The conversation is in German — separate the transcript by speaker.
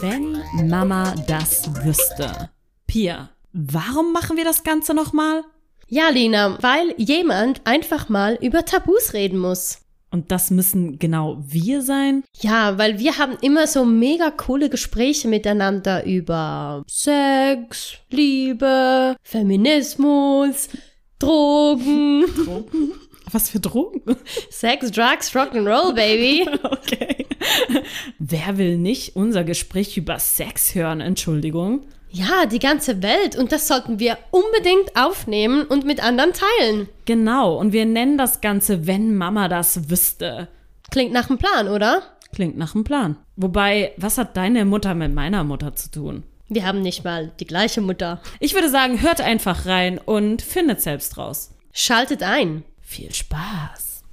Speaker 1: Wenn Mama das wüsste. Pia, warum machen wir das Ganze nochmal?
Speaker 2: Ja, Lina, weil jemand einfach mal über Tabus reden muss.
Speaker 1: Und das müssen genau wir sein?
Speaker 2: Ja, weil wir haben immer so mega coole Gespräche miteinander über Sex, Liebe, Feminismus, Drogen.
Speaker 1: Drogen? Was für Drogen?
Speaker 2: Sex, Drugs, Rock'n'Roll, Baby.
Speaker 1: Okay. Wer will nicht unser Gespräch über Sex hören? Entschuldigung.
Speaker 2: Ja, die ganze Welt. Und das sollten wir unbedingt aufnehmen und mit anderen teilen.
Speaker 1: Genau, und wir nennen das Ganze, wenn Mama das wüsste.
Speaker 2: Klingt nach einem Plan, oder?
Speaker 1: Klingt nach einem Plan. Wobei, was hat deine Mutter mit meiner Mutter zu tun?
Speaker 2: Wir haben nicht mal die gleiche Mutter.
Speaker 1: Ich würde sagen, hört einfach rein und findet selbst raus.
Speaker 2: Schaltet ein.
Speaker 1: Viel Spaß.